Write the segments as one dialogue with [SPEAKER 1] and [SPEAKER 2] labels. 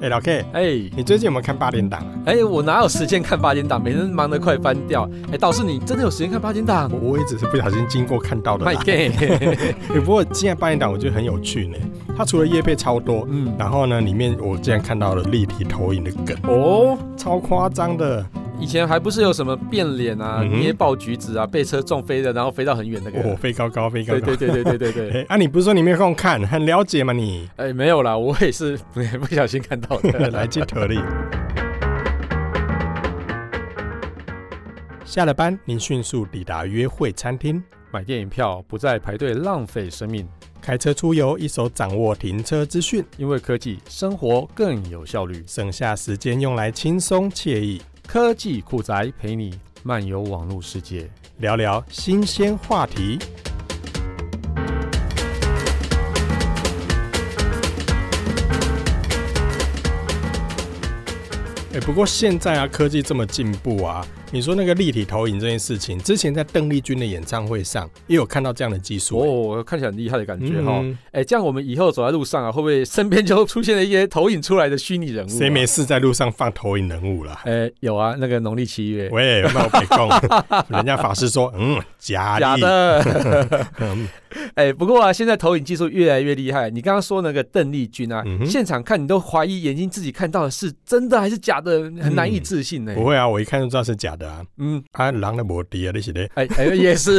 [SPEAKER 1] 哎、老 K，
[SPEAKER 2] 哎、
[SPEAKER 1] 你最近有没有看八点档啊？
[SPEAKER 2] 哎、我哪有时间看八点档？每天忙得快翻掉。哎、倒是你真的有时间看八点档
[SPEAKER 1] 我我也只是不小心经过看到的
[SPEAKER 2] ？My
[SPEAKER 1] 啦。
[SPEAKER 2] God！
[SPEAKER 1] 哎不过现在八点档我觉得很有趣呢，它除了叶配超多，
[SPEAKER 2] 嗯，
[SPEAKER 1] 然后呢，里面我竟然看到了立体投影的梗，
[SPEAKER 2] 哦，
[SPEAKER 1] 超夸张的。
[SPEAKER 2] 以前还不是有什么变脸啊、
[SPEAKER 1] 嗯哼
[SPEAKER 2] 捏爆橘子啊、被车撞飞的，然后飞到很远那个。
[SPEAKER 1] 哦，飞高高，飞高
[SPEAKER 2] 哎
[SPEAKER 1] 高。
[SPEAKER 2] 对对对对对 对对。
[SPEAKER 1] 哎、啊，你不是说你没有空看，很了解吗 你？
[SPEAKER 2] 哎、没有啦，我也是 不小心看到 的。
[SPEAKER 1] 来接特例。下了班，您迅速抵达约会餐厅，
[SPEAKER 2] 买电影票不再排队浪费生命，
[SPEAKER 1] 开车出游，一手掌握停车资讯，
[SPEAKER 2] 因为科技生活更有效率。
[SPEAKER 1] 省下时间用来轻松惬意
[SPEAKER 2] 科技酷宅陪你漫游网络世界。
[SPEAKER 1] 聊聊新鲜话题。哎、不过现在啊，科技这么进步啊，你说那个立体投影这件事情，之前在邓丽君的演唱会上也有看到这样的技术、欸。
[SPEAKER 2] 哦，看起来很厉害的感觉哈。
[SPEAKER 1] 嗯
[SPEAKER 2] 哎、这样我们以后走在路上啊，会不会身边就出现了一些投影出来的虚拟人物、啊
[SPEAKER 1] 谁没？事在路上放投影人物啦？
[SPEAKER 2] 哎、有啊，那个农历七月，
[SPEAKER 1] 喂，那我别讲， 人家法师说，嗯，假
[SPEAKER 2] 假
[SPEAKER 1] 的，
[SPEAKER 2] 的。
[SPEAKER 1] 嗯
[SPEAKER 2] 哎、不过啊，现在投影技术越来越厉害。你刚刚说那个邓丽君啊，
[SPEAKER 1] 嗯哼
[SPEAKER 2] 现场看你都怀疑眼睛自己看到的是真的还是假的，很难以置信呢、
[SPEAKER 1] 不会啊，我一看就知道是假的啊。
[SPEAKER 2] 嗯，
[SPEAKER 1] 啊，狼的摩的啊，那些的。
[SPEAKER 2] 哎、哎、也 是、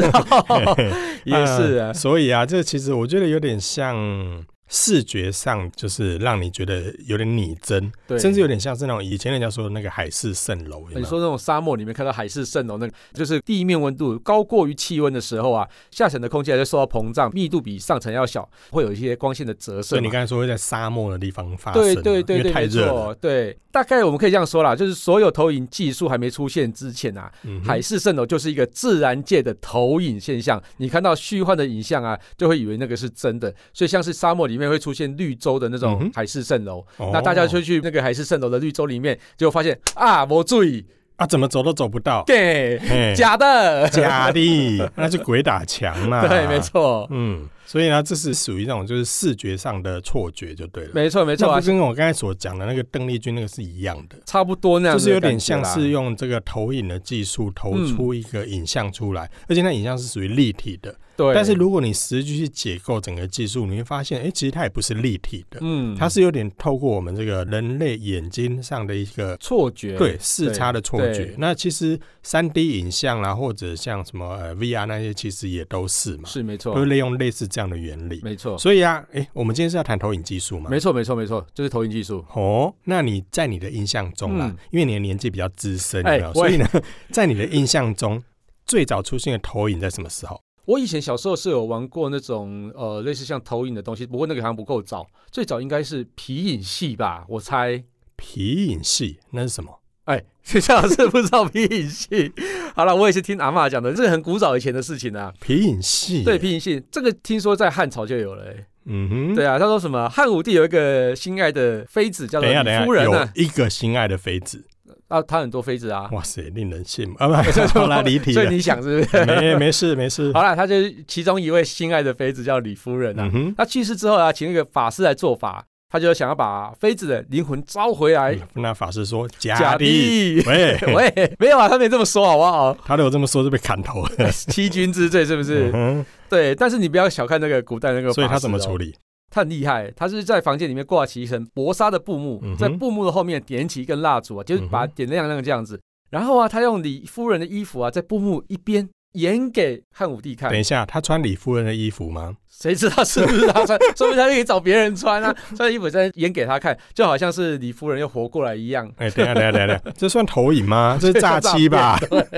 [SPEAKER 2] 也是啊
[SPEAKER 1] 呃。所以啊，这其实我觉得有点像视觉上，就是让你觉得有点拟真，
[SPEAKER 2] 对，
[SPEAKER 1] 甚至有点像是那种以前人家说的那个海市蜃楼。有没有
[SPEAKER 2] 你说那种沙漠里面看到海市蜃楼，那个就是地面温度高过于气温的时候啊，下层的空气还是受到膨胀，密度比上层要小，会有一些光线的折射
[SPEAKER 1] 所
[SPEAKER 2] 嘛。
[SPEAKER 1] 以你刚才说会在沙漠的地方发生啊，
[SPEAKER 2] 对对对
[SPEAKER 1] 因为
[SPEAKER 2] 对，
[SPEAKER 1] 太
[SPEAKER 2] 没
[SPEAKER 1] 热了。
[SPEAKER 2] 错，对，大概我们可以这样说啦，就是所有投影技术还没出现之前啊，
[SPEAKER 1] 嗯哼
[SPEAKER 2] 海市蜃楼就是一个自然界的投影现象。你看到虚幻的影像啊，就会以为那个是真的。所以像是沙漠里面会出现绿洲的那
[SPEAKER 1] 嗯
[SPEAKER 2] 种
[SPEAKER 1] 哼
[SPEAKER 2] 海市蜃楼，
[SPEAKER 1] 哦
[SPEAKER 2] 那大家就去那个海市蜃楼的绿洲里面，结果发现啊，我注意，
[SPEAKER 1] 啊，怎么走都走不 到，
[SPEAKER 2] 对，
[SPEAKER 1] 嘿
[SPEAKER 2] 假的，
[SPEAKER 1] 假的，那就鬼打墙嘛。
[SPEAKER 2] 对，没。错，
[SPEAKER 1] 嗯，所以呢，这是属于那种就是视觉上的错觉就对了。
[SPEAKER 2] 没错，没错
[SPEAKER 1] 那
[SPEAKER 2] 啊
[SPEAKER 1] 不，跟我刚才所讲的那个邓丽君那个是一样的。
[SPEAKER 2] 差不多那样
[SPEAKER 1] 就
[SPEAKER 2] 子
[SPEAKER 1] 是有
[SPEAKER 2] 的感
[SPEAKER 1] 点
[SPEAKER 2] 觉啦，嗯
[SPEAKER 1] 像是用这个投影的技术投出一个影像出来，而且那影像是属于立体的。
[SPEAKER 2] 对，
[SPEAKER 1] 但是如果你实际去解构整个技术，你会发现，哎、其实它也不是立体的，
[SPEAKER 2] 嗯，
[SPEAKER 1] 它是有点透过我们这个人类眼睛上的一个。
[SPEAKER 2] 错觉，
[SPEAKER 1] 对视差的错觉
[SPEAKER 2] 对，
[SPEAKER 1] 那其实三 D 影像啦，或者像什么呃 VR 那些，其实也都是嘛，
[SPEAKER 2] 是没错
[SPEAKER 1] 都，是利用类似这样的原理。
[SPEAKER 2] 没错。
[SPEAKER 1] 所以啊，哎、我们今天是要谈投影技术嘛？
[SPEAKER 2] 没错，没错，没错，就是投影技术。
[SPEAKER 1] 哦，那你在你的印象中啦，
[SPEAKER 2] 嗯
[SPEAKER 1] 因为你的年纪比较资深，有
[SPEAKER 2] 哎
[SPEAKER 1] 没有
[SPEAKER 2] 我
[SPEAKER 1] 所以呢， 在你的印象中，最早出现的投影在什么时候？
[SPEAKER 2] 我以前小时候是有玩过那种呃类似像投影的东西，不过那个好像不够早，最早应该是皮影戏吧，我猜。
[SPEAKER 1] 皮影戏那是什么？
[SPEAKER 2] 哎， 学校老师不知道皮影戏。好了，我也是听阿嬷讲的，这个很古早以前的事情啊。
[SPEAKER 1] 皮影戏，
[SPEAKER 2] 对，，皮影戏这个听说在汉朝就有了、哎
[SPEAKER 1] 嗯哼，
[SPEAKER 2] 对啊，他说什么汉武帝有一个心爱的妃子叫做
[SPEAKER 1] 等一下，
[SPEAKER 2] 李
[SPEAKER 1] 等一下，
[SPEAKER 2] 夫人
[SPEAKER 1] 有
[SPEAKER 2] 啊，
[SPEAKER 1] 一个心爱的妃子，
[SPEAKER 2] 啊，他很多妃子啊，
[SPEAKER 1] 哇啊塞，令人羡慕啊！不，好啦，离题
[SPEAKER 2] 所以
[SPEAKER 1] 了，
[SPEAKER 2] 你想是不 是？
[SPEAKER 1] 没没事没事，
[SPEAKER 2] 好了，他就是其中一位心爱的妃子叫李夫人啊
[SPEAKER 1] 嗯。哼，
[SPEAKER 2] 他去世之后啊，请那个法师来做法，他就想要把妃子的灵魂招回来。
[SPEAKER 1] 嗯那法师说
[SPEAKER 2] 哎假
[SPEAKER 1] 假的，
[SPEAKER 2] 的，
[SPEAKER 1] 喂，
[SPEAKER 2] 喂，没有啊，他没这么说好 不好？
[SPEAKER 1] 他如果这么说就被砍头了，
[SPEAKER 2] 欺君之罪是不是？
[SPEAKER 1] 嗯
[SPEAKER 2] 对，但是你不要小看那个古代那个、哦
[SPEAKER 1] 哼所以他怎么处？理？
[SPEAKER 2] 他很厉害，他是在房间里面挂起一层薄纱的布幕，
[SPEAKER 1] 嗯哼
[SPEAKER 2] 在布幕的后面点起一根蜡烛啊，就是把
[SPEAKER 1] 嗯哼
[SPEAKER 2] 它点亮那个这样子。然后啊，他用李夫人的衣服啊，在布幕一边演给汉武帝看
[SPEAKER 1] 等。一下，他穿李夫人的衣服吗？
[SPEAKER 2] 谁知道是不是 他穿？说不定他可以找别人穿啊，穿衣服再演给他看，就好像是李夫人又活过来一样。
[SPEAKER 1] 哎、等一下，等一下，等一下，这算投影 吗？这是诈欺吧？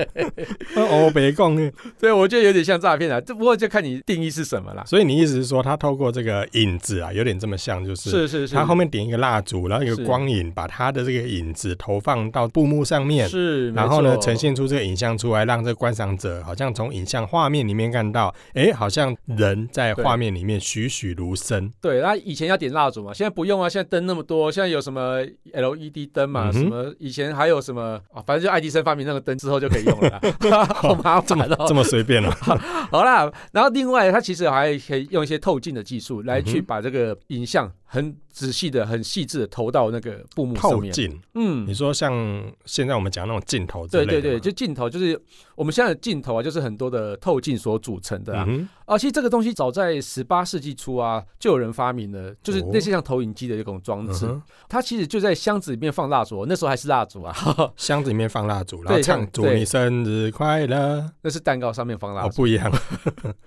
[SPEAKER 1] 哦，别供。
[SPEAKER 2] 对，我觉得有点像诈骗啊，这不过就看你定义是什么啦。
[SPEAKER 1] 所以你意思是说，他透过这个影子啊，有点这么像，就是
[SPEAKER 2] 是是是，
[SPEAKER 1] 他后面点一个蜡烛，然后有
[SPEAKER 2] 是
[SPEAKER 1] 个光影把他的这个影子投放到布幕上面。
[SPEAKER 2] 是，
[SPEAKER 1] 然后呢，
[SPEAKER 2] 没错
[SPEAKER 1] 呈现出这个影像出来，让这个观赏者好像从影像画面里面看到，哎，好像人在画面里面栩栩如生。
[SPEAKER 2] 对，那以前要点蜡烛嘛，现在不用啊，现在灯那么多，现在有什么 LED 灯嘛，
[SPEAKER 1] 嗯哼
[SPEAKER 2] 什么以前还有什么啊，反正就爱迪生发明那个灯之后就可以用了 啦，好麻
[SPEAKER 1] 这么
[SPEAKER 2] 烦哦。
[SPEAKER 1] 这么随便了、
[SPEAKER 2] 好啦，然后另外它其实还可以用一些透镜的技术来去
[SPEAKER 1] 嗯哼
[SPEAKER 2] 把这个影像很仔细的、很细致的投到那个布幕上
[SPEAKER 1] 透
[SPEAKER 2] 面。
[SPEAKER 1] 镜，
[SPEAKER 2] 嗯
[SPEAKER 1] 你，说像现在我们讲那种镜头之
[SPEAKER 2] 对
[SPEAKER 1] 类的
[SPEAKER 2] 对
[SPEAKER 1] 吗，
[SPEAKER 2] 对，就镜头就是我们现在的镜头啊，就是很多的透镜所组成的啊。
[SPEAKER 1] 嗯哼
[SPEAKER 2] 啊，其实这个东西早在十八世纪初啊，就有人发明了，就是类似像投影机的这种装
[SPEAKER 1] 哦嗯
[SPEAKER 2] 置。
[SPEAKER 1] 哼，
[SPEAKER 2] 它其实就在箱子里面放蜡烛，那时候还是蜡烛啊，
[SPEAKER 1] 箱子里面放蜡烛，然后
[SPEAKER 2] 对
[SPEAKER 1] 唱
[SPEAKER 2] 像
[SPEAKER 1] 祝
[SPEAKER 2] 对
[SPEAKER 1] 你生日快乐，
[SPEAKER 2] 那是蛋糕上面放蜡
[SPEAKER 1] 哦，
[SPEAKER 2] 烛，
[SPEAKER 1] 哎不一样，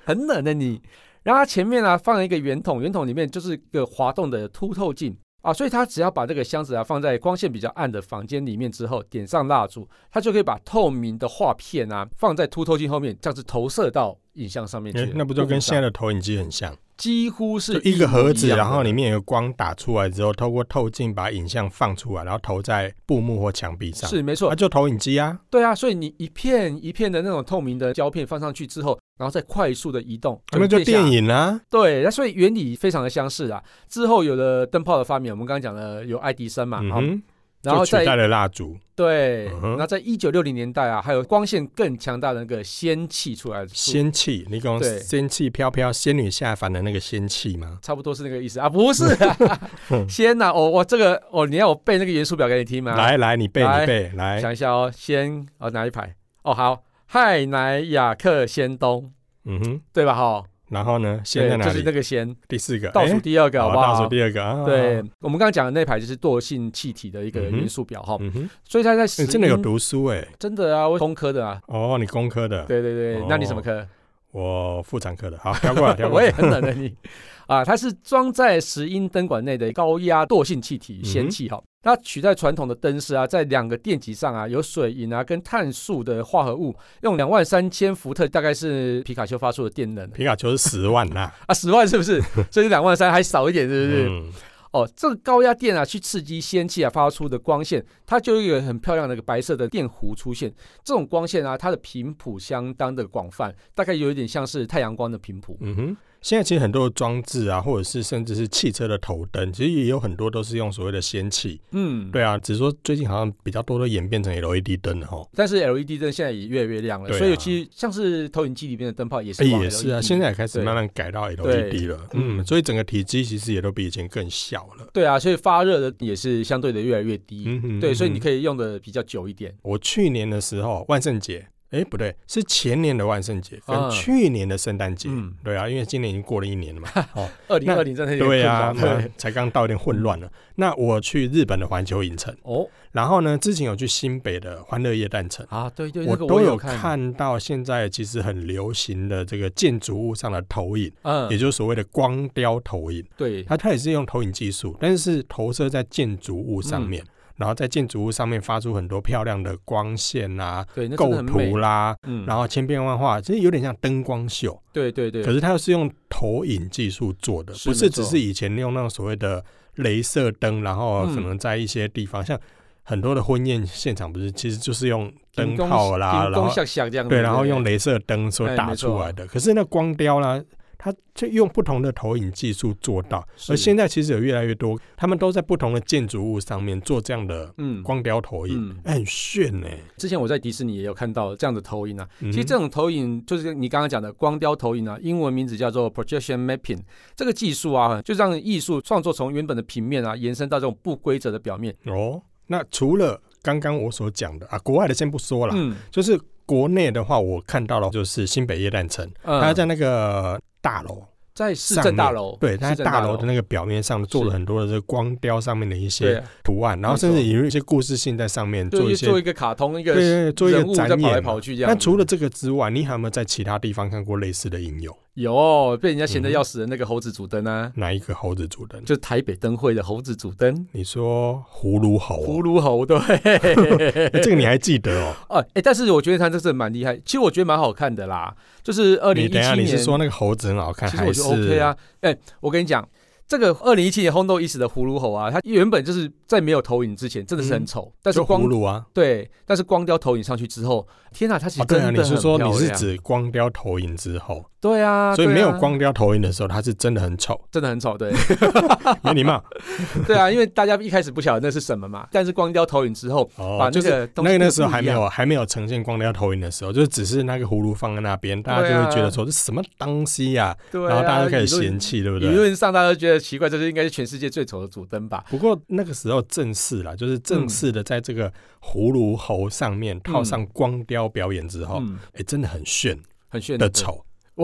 [SPEAKER 2] 很冷的你。然后它前面啊放了一个圆筒，圆筒里面就是一个滑动的凸透镜啊，所以它只要把这个箱子啊放在光线比较暗的房间里面之后，点上蜡烛，它就可以把透明的画片啊放在凸透镜后面，这样子投射到影像上面去
[SPEAKER 1] 诶
[SPEAKER 2] 了。
[SPEAKER 1] 那不就跟现在
[SPEAKER 2] 在
[SPEAKER 1] 的投影机很像？
[SPEAKER 2] 几乎是
[SPEAKER 1] 就一个
[SPEAKER 2] 模
[SPEAKER 1] 盒子，
[SPEAKER 2] 样的
[SPEAKER 1] 然后里面有光打出来之后，透过透镜把影像放出来，然后投在布幕或墙壁上。，
[SPEAKER 2] 是没错
[SPEAKER 1] 啊，，就投影机啊。
[SPEAKER 2] 对啊，所以你一片一片的那种透明的胶片放上去之后，然后再快速的移动，
[SPEAKER 1] 那就
[SPEAKER 2] 变
[SPEAKER 1] 电
[SPEAKER 2] 下。
[SPEAKER 1] 影啊，
[SPEAKER 2] 对，那所以原理非常的相似啊。之后有了灯泡的发明，我们刚刚讲了有爱迪生嘛，
[SPEAKER 1] 嗯
[SPEAKER 2] 好
[SPEAKER 1] 哼，
[SPEAKER 2] 然后
[SPEAKER 1] 就取代
[SPEAKER 2] 在
[SPEAKER 1] 了蜡烛，
[SPEAKER 2] 对，
[SPEAKER 1] 嗯哼
[SPEAKER 2] 然后在一九六零年代啊，还有光线更强大的那个仙气出来，
[SPEAKER 1] 仙气，你讲
[SPEAKER 2] 对
[SPEAKER 1] 仙气飘飘，仙女下凡的那个仙气吗？
[SPEAKER 2] 差不多是那个意思啊，不是 啊
[SPEAKER 1] 嗯
[SPEAKER 2] 仙呐、我我这个哦，你要我背那个元素表给你听吗？，
[SPEAKER 1] 来来，你背
[SPEAKER 2] 来
[SPEAKER 1] 你背，来，
[SPEAKER 2] 想一下哦，仙哦哪一排？哦好，亥乃雅克仙东，
[SPEAKER 1] 嗯哼，
[SPEAKER 2] 对吧？哈，
[SPEAKER 1] 然后呢，仙在
[SPEAKER 2] 对
[SPEAKER 1] 哪
[SPEAKER 2] 就是那
[SPEAKER 1] 里？
[SPEAKER 2] 个仙。
[SPEAKER 1] 第四个，
[SPEAKER 2] 倒数
[SPEAKER 1] 诶
[SPEAKER 2] 第二个，好
[SPEAKER 1] 好
[SPEAKER 2] 不好？
[SPEAKER 1] 倒数第二个啊，
[SPEAKER 2] 对，我们刚刚讲的那排就是惰性气体的一个
[SPEAKER 1] 嗯哼
[SPEAKER 2] 元素表哈、
[SPEAKER 1] 嗯哼，
[SPEAKER 2] 所以它在
[SPEAKER 1] 你
[SPEAKER 2] 石
[SPEAKER 1] 真的有
[SPEAKER 2] 英
[SPEAKER 1] 读书哎，
[SPEAKER 2] 真的啊，我工科的啊，
[SPEAKER 1] 哦，你工科的，
[SPEAKER 2] 对对对，
[SPEAKER 1] 哦
[SPEAKER 2] 那你什么科？
[SPEAKER 1] 我妇产科的， 好，跳过来，跳过
[SPEAKER 2] 我
[SPEAKER 1] 来，
[SPEAKER 2] 也很冷的你 啊，它是装在石英灯管内的高压惰性气体
[SPEAKER 1] 嗯
[SPEAKER 2] 氙
[SPEAKER 1] 哼
[SPEAKER 2] 气哈、它取代传统的灯饰啊，在两个电极上啊，有水银啊跟碳素的化合物，用两万三千伏特，大概是皮卡丘发出的电能
[SPEAKER 1] 皮卡丘是十万啦，
[SPEAKER 2] 啊，十万是不是？所以两万三还少一点， 是不是？
[SPEAKER 1] 嗯
[SPEAKER 2] 哦，这个高压电啊，去刺激氙气啊发出的光线，它就有一个很漂亮的一个白色的电弧出现。这种光线啊，它的频谱相当的广泛，大概有一点像是太阳光的频谱。
[SPEAKER 1] 嗯哼，现在其实很多的装置啊，或者是甚至是汽车的头灯，其实也有很多都是用所谓的氙气。
[SPEAKER 2] 嗯，。
[SPEAKER 1] 对啊，只是说最近好像比较多都演变成 LED 灯了哈。
[SPEAKER 2] 但是 LED 灯现在也越来越亮了，
[SPEAKER 1] 对啊
[SPEAKER 2] 所以其实像是投影机里面的灯泡也是、E
[SPEAKER 1] 哎、也是啊，现在也开始
[SPEAKER 2] 对
[SPEAKER 1] 慢慢改到 LED 了。嗯，所以整个体积其实也都比以前更小了。
[SPEAKER 2] 对啊，所以发热的也是相对的越来越低。
[SPEAKER 1] 嗯哼，
[SPEAKER 2] 对，所以你
[SPEAKER 1] 以，
[SPEAKER 2] 可以用的比较久一点。
[SPEAKER 1] 我去年的时候万圣节，哎、不对，是前年的万圣节跟
[SPEAKER 2] 啊
[SPEAKER 1] 去年的圣诞节。
[SPEAKER 2] 嗯
[SPEAKER 1] 对啊，因为今年已经过了一年了嘛。哦，
[SPEAKER 2] 二零二零真的有
[SPEAKER 1] 对
[SPEAKER 2] 点
[SPEAKER 1] 啊，
[SPEAKER 2] 困扰对
[SPEAKER 1] 那 才刚到有点混乱了。那我去日本的环球影城，
[SPEAKER 2] 哦
[SPEAKER 1] 然后呢，之前有去新北的欢乐夜诞城。
[SPEAKER 2] 啊，对对，
[SPEAKER 1] 我
[SPEAKER 2] 那个
[SPEAKER 1] 都
[SPEAKER 2] 有
[SPEAKER 1] 有，看到现在其实很流行的这个建筑物上的投影，也
[SPEAKER 2] 嗯，
[SPEAKER 1] 就是所谓的光雕投影。
[SPEAKER 2] 对，
[SPEAKER 1] 它它也是用投影技术，但是是投射在建筑物上面，
[SPEAKER 2] 嗯
[SPEAKER 1] 然后在建筑物上面发出很多漂亮的光线啊、
[SPEAKER 2] 对，那真的
[SPEAKER 1] 构
[SPEAKER 2] 很美
[SPEAKER 1] 图。啦，
[SPEAKER 2] 嗯，
[SPEAKER 1] 然后千变万化，其实有点像灯光秀。
[SPEAKER 2] 对对对，
[SPEAKER 1] 可是它是用投影技术做的，
[SPEAKER 2] 是
[SPEAKER 1] 不是
[SPEAKER 2] 没错
[SPEAKER 1] 只是以前用那种所谓的镭射灯，然后
[SPEAKER 2] 嗯
[SPEAKER 1] 可能在一些地方，像很多的婚宴现场，不是其实就是用灯
[SPEAKER 2] 灯
[SPEAKER 1] 泡啦，然后
[SPEAKER 2] 下下这样子
[SPEAKER 1] 对，然后用镭射灯所
[SPEAKER 2] 哎
[SPEAKER 1] 打
[SPEAKER 2] 没
[SPEAKER 1] 出
[SPEAKER 2] 错
[SPEAKER 1] 来的。可是那光雕啦，它就用不同的投影技术做到。
[SPEAKER 2] 是
[SPEAKER 1] 而现在其实有越来越多，他们都在不同的建筑物上面做这样的
[SPEAKER 2] 嗯
[SPEAKER 1] 光雕投影，
[SPEAKER 2] 嗯，
[SPEAKER 1] 哎很炫呢、
[SPEAKER 2] 之前我在迪士尼也有看到这样的投影啊。
[SPEAKER 1] 嗯
[SPEAKER 2] 其实这种投影就是你刚刚讲的光雕投影啊，英文名字叫做 projection mapping。这个技术啊，就让艺术创作从原本的平面啊，延伸到这种不规则的表面。
[SPEAKER 1] 哦，那除了刚刚我所讲的啊，国外的先不说了，
[SPEAKER 2] 嗯
[SPEAKER 1] 就是国内的话，我看到了就是新北夜诞城，它
[SPEAKER 2] 嗯，
[SPEAKER 1] 在那个大楼，
[SPEAKER 2] 在市
[SPEAKER 1] 上
[SPEAKER 2] 政
[SPEAKER 1] 面
[SPEAKER 2] 大楼，
[SPEAKER 1] 对，它
[SPEAKER 2] 市
[SPEAKER 1] 在
[SPEAKER 2] 政
[SPEAKER 1] 大
[SPEAKER 2] 大
[SPEAKER 1] 楼的那个表面上做了
[SPEAKER 2] 是
[SPEAKER 1] 很多的这个光雕上面的一
[SPEAKER 2] 对
[SPEAKER 1] 些
[SPEAKER 2] 啊，
[SPEAKER 1] 图案，然后
[SPEAKER 2] 没错
[SPEAKER 1] 甚至有一些故事性在上面做
[SPEAKER 2] 就
[SPEAKER 1] 一些
[SPEAKER 2] 做一个卡通，一个
[SPEAKER 1] 对对对做一个
[SPEAKER 2] 人物在
[SPEAKER 1] 展
[SPEAKER 2] 跑来
[SPEAKER 1] 演啊
[SPEAKER 2] 跑去这样
[SPEAKER 1] 那
[SPEAKER 2] 子。
[SPEAKER 1] 除了这个之外，你还有没有在其他地方看过类似的应用？
[SPEAKER 2] 有被人家闲得
[SPEAKER 1] 嗯
[SPEAKER 2] 要死的那个猴子主灯啊，
[SPEAKER 1] 哪一个猴子主灯？
[SPEAKER 2] 就是台北灯会的猴子主灯，
[SPEAKER 1] 你说葫芦猴、
[SPEAKER 2] 葫
[SPEAKER 1] 哦，
[SPEAKER 2] 芦猴对。
[SPEAKER 1] 欸这个你还记得 哦？
[SPEAKER 2] 哦，哎、但是我觉得他这是蛮厉害，其实我觉得蛮好看的啦。就是二零
[SPEAKER 1] 你
[SPEAKER 2] 哦一七
[SPEAKER 1] 等一下，
[SPEAKER 2] 年，
[SPEAKER 1] 你是说那个猴子很好看，
[SPEAKER 2] 其实我
[SPEAKER 1] 还是
[SPEAKER 2] 觉得 OK 啊？哎、我跟你讲，这个二零一七年轰动一时的葫芦猴啊，它原本就是在没有投影之前真的是很丑，但是
[SPEAKER 1] 嗯就
[SPEAKER 2] 光
[SPEAKER 1] 葫芦啊？
[SPEAKER 2] 对，但是光雕投影上去之后，天哪、它其
[SPEAKER 1] 哦，
[SPEAKER 2] 实
[SPEAKER 1] 对
[SPEAKER 2] 真的
[SPEAKER 1] 啊，
[SPEAKER 2] 很
[SPEAKER 1] 你
[SPEAKER 2] 漂亮。
[SPEAKER 1] 是说你是指光雕投影之后？
[SPEAKER 2] 对啊，
[SPEAKER 1] 所以
[SPEAKER 2] 对啊
[SPEAKER 1] 没有，光雕投影的时候，它是真的很丑，
[SPEAKER 2] 真的很丑，对啊
[SPEAKER 1] 没礼 貌。
[SPEAKER 2] 对啊，因为大家一开始不晓得那是什么嘛，但是光雕投影之后，把
[SPEAKER 1] 哦，
[SPEAKER 2] 那
[SPEAKER 1] 就是
[SPEAKER 2] 个东西
[SPEAKER 1] 那个那时候还没
[SPEAKER 2] 不一样，
[SPEAKER 1] 有还没有呈现光雕投影的时候，就是只是那个葫芦放在那边，大家
[SPEAKER 2] 对
[SPEAKER 1] 就
[SPEAKER 2] 啊
[SPEAKER 1] 会觉得说这什么东西呀、
[SPEAKER 2] 对啊
[SPEAKER 1] 然后大家就开始
[SPEAKER 2] 理论
[SPEAKER 1] 嫌弃，对不
[SPEAKER 2] 理
[SPEAKER 1] 对？
[SPEAKER 2] 论上大家都觉得奇怪，这是应该是全世界最丑的主灯吧？
[SPEAKER 1] 不过那个时候正式啦，就是正式的在这个葫芦猴上面套上光雕表演之后，哎、
[SPEAKER 2] 嗯，
[SPEAKER 1] 真的很炫
[SPEAKER 2] 很炫
[SPEAKER 1] 的。丑，
[SPEAKER 2] 对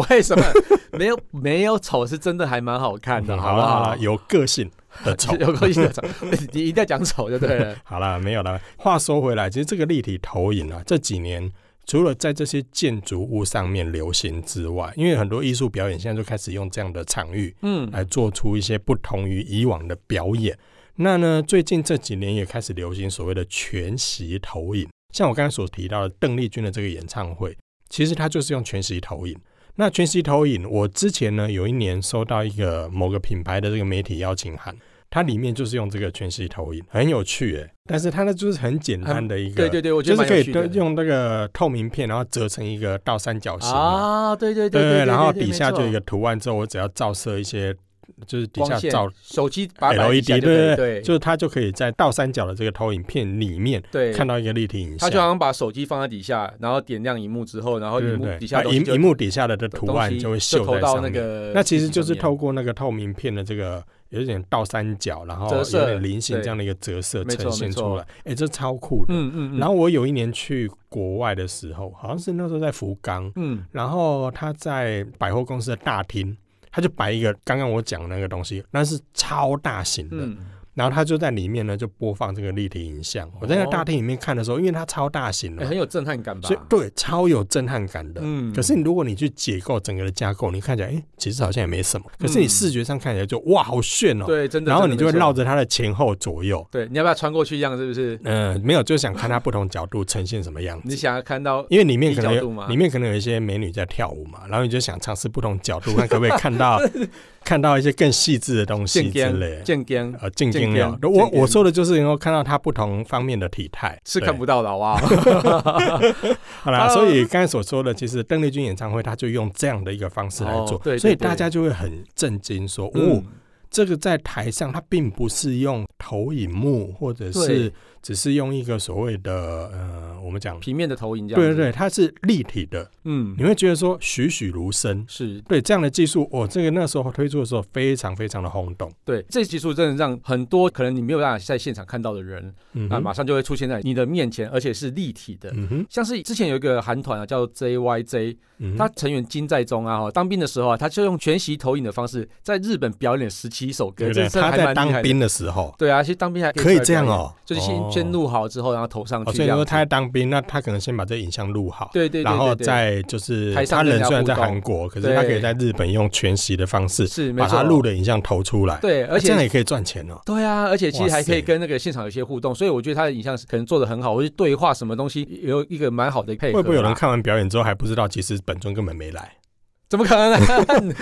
[SPEAKER 2] 为什么 没有没有丑是真的还蛮好看的，
[SPEAKER 1] 嗯
[SPEAKER 2] 好啊
[SPEAKER 1] 好
[SPEAKER 2] 不
[SPEAKER 1] 啦好
[SPEAKER 2] 好
[SPEAKER 1] 啦，？有个性的丑。
[SPEAKER 2] 有够硬的丑， 你一定要讲丑就 对了。
[SPEAKER 1] 好啦，没有啦。话说回来，其实这个立体投影啊，这几年除了在这些建筑物上面流行之外，因为很多艺术表演现在就开始用这样的场域，
[SPEAKER 2] 嗯，
[SPEAKER 1] 来做出一些不同于以往的表演。那呢，最近这几年也开始流行所谓的全息投影，像我刚才所提到的邓丽君的这个演唱会，其实它就是用全息投影。那全息投影，我之前呢有一年收到一个某个品牌的这个媒体邀请函，它里面就是用这个全息投影，很有趣诶。但是它呢就是很简单的一个，
[SPEAKER 2] 嗯对对对，我觉
[SPEAKER 1] 就
[SPEAKER 2] 得
[SPEAKER 1] 是
[SPEAKER 2] 蛮
[SPEAKER 1] 可
[SPEAKER 2] 有
[SPEAKER 1] 以
[SPEAKER 2] 趣的
[SPEAKER 1] 用那个透明片，然后折成一个倒三角形嘛
[SPEAKER 2] 啊，对对
[SPEAKER 1] 对
[SPEAKER 2] 对
[SPEAKER 1] 然后底下就有一。
[SPEAKER 2] 没
[SPEAKER 1] 个
[SPEAKER 2] 错
[SPEAKER 1] 图案，之后我只要照射一些，就是底下
[SPEAKER 2] 光线
[SPEAKER 1] 照，
[SPEAKER 2] 手机把它摆
[SPEAKER 1] LED
[SPEAKER 2] 底
[SPEAKER 1] E
[SPEAKER 2] 下就
[SPEAKER 1] 对
[SPEAKER 2] 可
[SPEAKER 1] 对
[SPEAKER 2] 以对，
[SPEAKER 1] 就是它就可以在倒三角的这个投影片里面
[SPEAKER 2] 对，
[SPEAKER 1] 看到一个立体影
[SPEAKER 2] 他就
[SPEAKER 1] 像。
[SPEAKER 2] 好像把手机放在底下，然后点亮荧幕之后，然后
[SPEAKER 1] 对
[SPEAKER 2] 荧幕
[SPEAKER 1] 对
[SPEAKER 2] 底
[SPEAKER 1] 对，
[SPEAKER 2] 下
[SPEAKER 1] 啊
[SPEAKER 2] 东西
[SPEAKER 1] 荧
[SPEAKER 2] 就
[SPEAKER 1] 荧幕底下的的
[SPEAKER 2] 东
[SPEAKER 1] 图案
[SPEAKER 2] 西
[SPEAKER 1] 就会
[SPEAKER 2] 就
[SPEAKER 1] 秀
[SPEAKER 2] 投
[SPEAKER 1] 在
[SPEAKER 2] 到
[SPEAKER 1] 上
[SPEAKER 2] 那
[SPEAKER 1] 面。
[SPEAKER 2] 个，
[SPEAKER 1] 那其实就是透过那个透明片的这个有一点倒三角，然后
[SPEAKER 2] 折射
[SPEAKER 1] 有点菱形
[SPEAKER 2] 对
[SPEAKER 1] 这样的一个折射
[SPEAKER 2] 没错
[SPEAKER 1] 呈现
[SPEAKER 2] 没错
[SPEAKER 1] 出来。哎，这超酷的。
[SPEAKER 2] 嗯嗯，嗯
[SPEAKER 1] 然后我有一年去国外的时候，好像是那时候在福冈，
[SPEAKER 2] 嗯
[SPEAKER 1] 然后他在百货公司的大厅，他就摆一个刚刚我讲的那个东西，那是超大型的。
[SPEAKER 2] 嗯，
[SPEAKER 1] 然后他就在里面呢，就播放这个立体影像。我在那大厅里面看的时候，因为它超大型的
[SPEAKER 2] 哦哎
[SPEAKER 1] 嘛，
[SPEAKER 2] 很有震撼感吧
[SPEAKER 1] 嗯所以？对超有震撼感的。
[SPEAKER 2] 嗯
[SPEAKER 1] 可是你如果你去解构整个的架构，你看起来，哎，其实好像也没什么。可是你视觉上看起来就哇，好炫哦！
[SPEAKER 2] 嗯对，真的，
[SPEAKER 1] 然后
[SPEAKER 2] 真的
[SPEAKER 1] 你就会
[SPEAKER 2] 没错
[SPEAKER 1] 绕，着它的前后左右，
[SPEAKER 2] 对，你要不要穿过去一样？是不是？
[SPEAKER 1] 嗯，没有，就想看它不同角度呈现什么样子。
[SPEAKER 2] 你想要看到
[SPEAKER 1] 因为里面可能
[SPEAKER 2] 低角度吗
[SPEAKER 1] 有里面可能有一些美女在跳舞嘛，然后你就想尝试不同角度，看可不可以看 到看到一些更细致的东西
[SPEAKER 2] 剑
[SPEAKER 1] 之
[SPEAKER 2] 尖
[SPEAKER 1] 类。
[SPEAKER 2] 剑尖
[SPEAKER 1] 呃，进
[SPEAKER 2] 进
[SPEAKER 1] 京
[SPEAKER 2] 阶
[SPEAKER 1] 了。我
[SPEAKER 2] 进阶
[SPEAKER 1] 我说的就是能够看到它不同方面的体态，
[SPEAKER 2] 是
[SPEAKER 1] 对
[SPEAKER 2] 看不到的，好不好？
[SPEAKER 1] 好啦。
[SPEAKER 2] 啊
[SPEAKER 1] 所以刚才所说的，其实邓丽君演唱会，她就用这样的一个方式来做
[SPEAKER 2] 哦，对对
[SPEAKER 1] 所以
[SPEAKER 2] 对
[SPEAKER 1] 大家就会很震惊，说，哦
[SPEAKER 2] 嗯，，
[SPEAKER 1] 这个在台上，它并不是用投影幕，或者
[SPEAKER 2] 对
[SPEAKER 1] 是只是用一个所谓的呃，我们讲，
[SPEAKER 2] 平面的投影这样，
[SPEAKER 1] 对对，对，它是立体的，
[SPEAKER 2] 嗯
[SPEAKER 1] 你，会觉得说栩栩如生。
[SPEAKER 2] 是
[SPEAKER 1] 对这样的技术，哦，这个那时候推出的时候非常非常的轰动，
[SPEAKER 2] 对，这技术真的让很多可能你没有办法在现场看到的人
[SPEAKER 1] 嗯
[SPEAKER 2] 啊，
[SPEAKER 1] 哼
[SPEAKER 2] 马上就会出现在你的面前，而且是立体的。
[SPEAKER 1] 嗯哼，
[SPEAKER 2] 像是之前有一个韩团啊，叫 JYJ，
[SPEAKER 1] 嗯
[SPEAKER 2] 他
[SPEAKER 1] 哼，
[SPEAKER 2] 成员金在中啊，哈，当兵的时候啊，他就用全息投影的方式，在日本表演十七首歌，
[SPEAKER 1] 对不
[SPEAKER 2] 这
[SPEAKER 1] 对？
[SPEAKER 2] 真的
[SPEAKER 1] 他
[SPEAKER 2] 还
[SPEAKER 1] 在
[SPEAKER 2] 蛮厉
[SPEAKER 1] 当
[SPEAKER 2] 害的。
[SPEAKER 1] 兵的时候，
[SPEAKER 2] 对啊，其实当兵还
[SPEAKER 1] 可以
[SPEAKER 2] 出来
[SPEAKER 1] 这样
[SPEAKER 2] 表演，
[SPEAKER 1] 哦，
[SPEAKER 2] 就是先
[SPEAKER 1] 哦
[SPEAKER 2] 先。录好之后，然后投上
[SPEAKER 1] 哦，所
[SPEAKER 2] 去这
[SPEAKER 1] 以
[SPEAKER 2] 样
[SPEAKER 1] 说
[SPEAKER 2] 子。
[SPEAKER 1] 他在当兵，那他可能先把这影像录好，
[SPEAKER 2] 对对对对对，
[SPEAKER 1] 然后
[SPEAKER 2] 对
[SPEAKER 1] 再就是
[SPEAKER 2] 台
[SPEAKER 1] 他
[SPEAKER 2] 上
[SPEAKER 1] 人
[SPEAKER 2] 跟人家
[SPEAKER 1] 虽然在
[SPEAKER 2] 互动
[SPEAKER 1] 韩国，可是
[SPEAKER 2] 对
[SPEAKER 1] 他可以在日本用全息的方式
[SPEAKER 2] 是没
[SPEAKER 1] 把
[SPEAKER 2] 错，
[SPEAKER 1] 他录的影像投出来，啊
[SPEAKER 2] 对，而
[SPEAKER 1] 这样
[SPEAKER 2] 且
[SPEAKER 1] 也可以赚钱哦。
[SPEAKER 2] 对啊，而且其实还可以
[SPEAKER 1] 哇塞
[SPEAKER 2] 跟那个现场有一些互动，所以我觉得他的影像可能做的很好，或是对话什么东西有一个蛮好的配合。
[SPEAKER 1] 会不会有人？看完表演之后还不知道，其实本尊根本没来，
[SPEAKER 2] 怎么可能？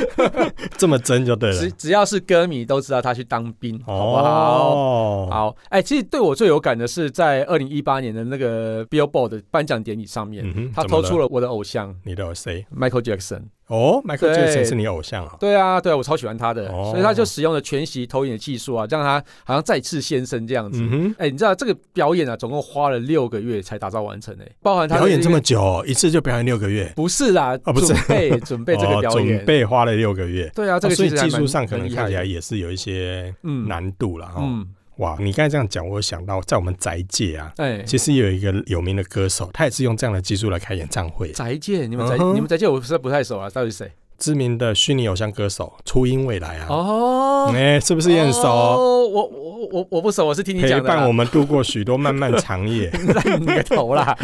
[SPEAKER 1] 这么真就对了
[SPEAKER 2] 只。只要是歌迷都知道他去当兵，好不好？
[SPEAKER 1] 哦，
[SPEAKER 2] 好，哎、其实对我最有感的是在二零一八年的那个 Billboard 的颁奖典礼上面，
[SPEAKER 1] 嗯哼
[SPEAKER 2] 他
[SPEAKER 1] 怎么
[SPEAKER 2] 抽
[SPEAKER 1] 了
[SPEAKER 2] 出了我的偶像
[SPEAKER 1] 你的谁？
[SPEAKER 2] Michael Jackson。
[SPEAKER 1] 哦，Michael
[SPEAKER 2] 对
[SPEAKER 1] Jackson 是你偶像啊？
[SPEAKER 2] 对啊，对啊，我超喜欢他的，
[SPEAKER 1] 哦
[SPEAKER 2] 所以他就使用了全息投影的技术啊，让他好像再次现身这样子。
[SPEAKER 1] 嗯哼，
[SPEAKER 2] 哎、你知道这个表演啊，总共花了六个月才打造完成哎、包含他
[SPEAKER 1] 表演这
[SPEAKER 2] 么。
[SPEAKER 1] 么久哦，一次就表演六个月，
[SPEAKER 2] 不是啦，
[SPEAKER 1] 啊不是
[SPEAKER 2] 准 备准备这个
[SPEAKER 1] 哦
[SPEAKER 2] 表演，
[SPEAKER 1] 准备花了六个月。
[SPEAKER 2] 对啊，这
[SPEAKER 1] 哦
[SPEAKER 2] 个
[SPEAKER 1] 所
[SPEAKER 2] 其
[SPEAKER 1] 以
[SPEAKER 2] 实还
[SPEAKER 1] 技
[SPEAKER 2] 蛮
[SPEAKER 1] 术上可能看起来
[SPEAKER 2] 蛮厉害的
[SPEAKER 1] 也是有一些
[SPEAKER 2] 嗯
[SPEAKER 1] 难哦度了哈。
[SPEAKER 2] 嗯，
[SPEAKER 1] 哇，你刚才这样讲，我想到在我们宅界啊，
[SPEAKER 2] 哎，
[SPEAKER 1] 其实有一个有名的歌手，他也是用这样的技术来开演唱会。
[SPEAKER 2] 宅界，你们宅
[SPEAKER 1] 嗯哼
[SPEAKER 2] 你们宅界，我实在不太熟啊，到底是谁？
[SPEAKER 1] 知名的虚拟偶像歌手初音未来啊，
[SPEAKER 2] 哦，
[SPEAKER 1] 哎、是不是也很熟？
[SPEAKER 2] 哦我我我我不熟，我是听你
[SPEAKER 1] 陪
[SPEAKER 2] 讲的啦。
[SPEAKER 1] 伴我们度过许多漫漫长夜。
[SPEAKER 2] 烂你个头啦！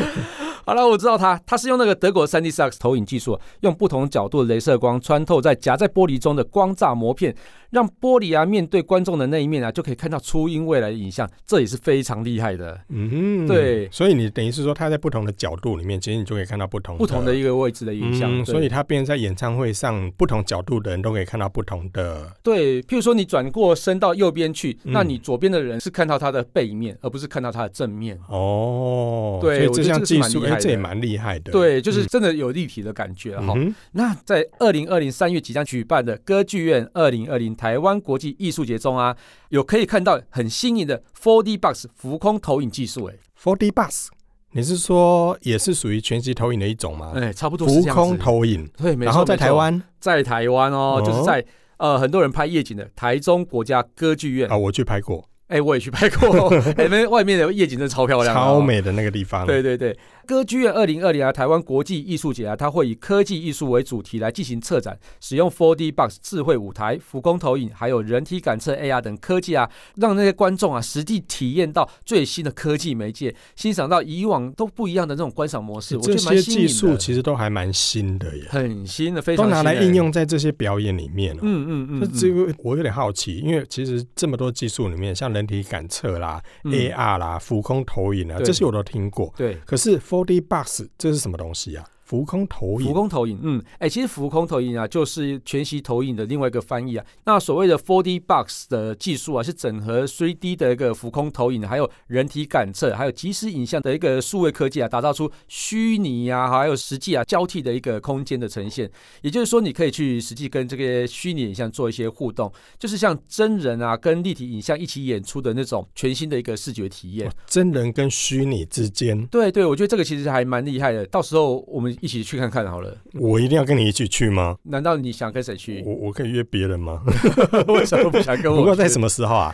[SPEAKER 2] 好了，我知道他，他是用那个德国三 D Sax 投影技术，用不同角度的镭射光穿透在夹在玻璃中的光栅膜片，让玻璃啊面对观众的那一面啊，就可以看到初音未来的影像，这也是非常厉害的，
[SPEAKER 1] 嗯哼，
[SPEAKER 2] 对
[SPEAKER 1] 所以你等于是说，他在不同的角度里面，其实你就可以看到不同
[SPEAKER 2] 不同的一个位置的影像。
[SPEAKER 1] 嗯，
[SPEAKER 2] 对
[SPEAKER 1] 所以他变成在演唱会上，不同角度的人都可以看到不同的。
[SPEAKER 2] 对，譬如说你转过身到右边去，
[SPEAKER 1] 嗯
[SPEAKER 2] 那你左边的人是看到他的背面，而不是看到他的正面。
[SPEAKER 1] 哦，所
[SPEAKER 2] 对
[SPEAKER 1] 以这项技术，
[SPEAKER 2] 我觉得这个是蛮厉害的
[SPEAKER 1] 这也蛮厉害的。
[SPEAKER 2] 对，就是
[SPEAKER 1] 嗯
[SPEAKER 2] 真的有立体的感觉了哈。
[SPEAKER 1] 嗯哼
[SPEAKER 2] 那在二零二零三月即将举办的歌剧院二零二零台湾国际艺术节中啊，有可以看到很新颖的 4D box 浮空投影技术、欸，
[SPEAKER 1] ，4D bus，你是说也是属于全息投影的一种吗？
[SPEAKER 2] 哎、差不多是
[SPEAKER 1] 啊浮
[SPEAKER 2] 这样子
[SPEAKER 1] 空投影，
[SPEAKER 2] 对，没错
[SPEAKER 1] 然后在台，
[SPEAKER 2] 没错
[SPEAKER 1] 湾
[SPEAKER 2] 在台湾哦，
[SPEAKER 1] 哦
[SPEAKER 2] 就是在呃很多人拍夜景的台中国家歌剧院，
[SPEAKER 1] 啊，我去拍过，
[SPEAKER 2] 哎、我也去 拍过，哎、那外面的夜景真的超哦漂亮、啊
[SPEAKER 1] 超。美的那个地方。
[SPEAKER 2] 对对对，歌剧院二零二零啊，台湾国际艺术节啊，它会以科技艺术为主题来进行策展，使用 4D box 智慧舞台、浮空投影，还有人体感测 AR 等科技啊，让那些观众啊实地体验到最新的科技媒介，欣赏到以往都不一样的那种观赏模式。我觉
[SPEAKER 1] 哎这
[SPEAKER 2] 得蛮
[SPEAKER 1] 些
[SPEAKER 2] 新颖
[SPEAKER 1] 技
[SPEAKER 2] 的
[SPEAKER 1] 术其实都还蛮新的耶，
[SPEAKER 2] 很新的，非常
[SPEAKER 1] 都拿
[SPEAKER 2] 新
[SPEAKER 1] 来
[SPEAKER 2] 的
[SPEAKER 1] 应。用在这些表演里面哦。
[SPEAKER 2] 嗯嗯嗯
[SPEAKER 1] 那
[SPEAKER 2] 嗯，
[SPEAKER 1] 这个我有点好奇，因为其实这么多技术里面，像人体感测啦、
[SPEAKER 2] 嗯
[SPEAKER 1] AR 啦、浮空投影啊，
[SPEAKER 2] 对
[SPEAKER 1] 这些我都听过。
[SPEAKER 2] 对。
[SPEAKER 1] 可是 4D box 这是什么东西啊？浮空投
[SPEAKER 2] 浮
[SPEAKER 1] 影，
[SPEAKER 2] 空投影，嗯，哎、其实浮空投影啊，就是全息投影的另外一个翻译啊。那所谓的 4D box 的技术啊，是整合 3D 的一个浮空投影，还有人体感测，还有即时影像的一个数位科技啊，打造出虚拟啊，还有实际啊交替的一个空间的呈现。也就是说，你可以去实际跟这个虚拟影像做一些互动，就是像真人啊跟立体影像一起演出的那种全新的一个视觉体验
[SPEAKER 1] 哇。真人跟虚拟之间，
[SPEAKER 2] 对对，我觉得这个其实还蛮厉害的，到时候我们一起去看看好了。
[SPEAKER 1] 我一定要跟你一起去吗？
[SPEAKER 2] 难道你想跟谁去？
[SPEAKER 1] 我我可以约别人吗？
[SPEAKER 2] 为什么不想嗯跟我？
[SPEAKER 1] 不过在什
[SPEAKER 2] 么？
[SPEAKER 1] 么时候啊？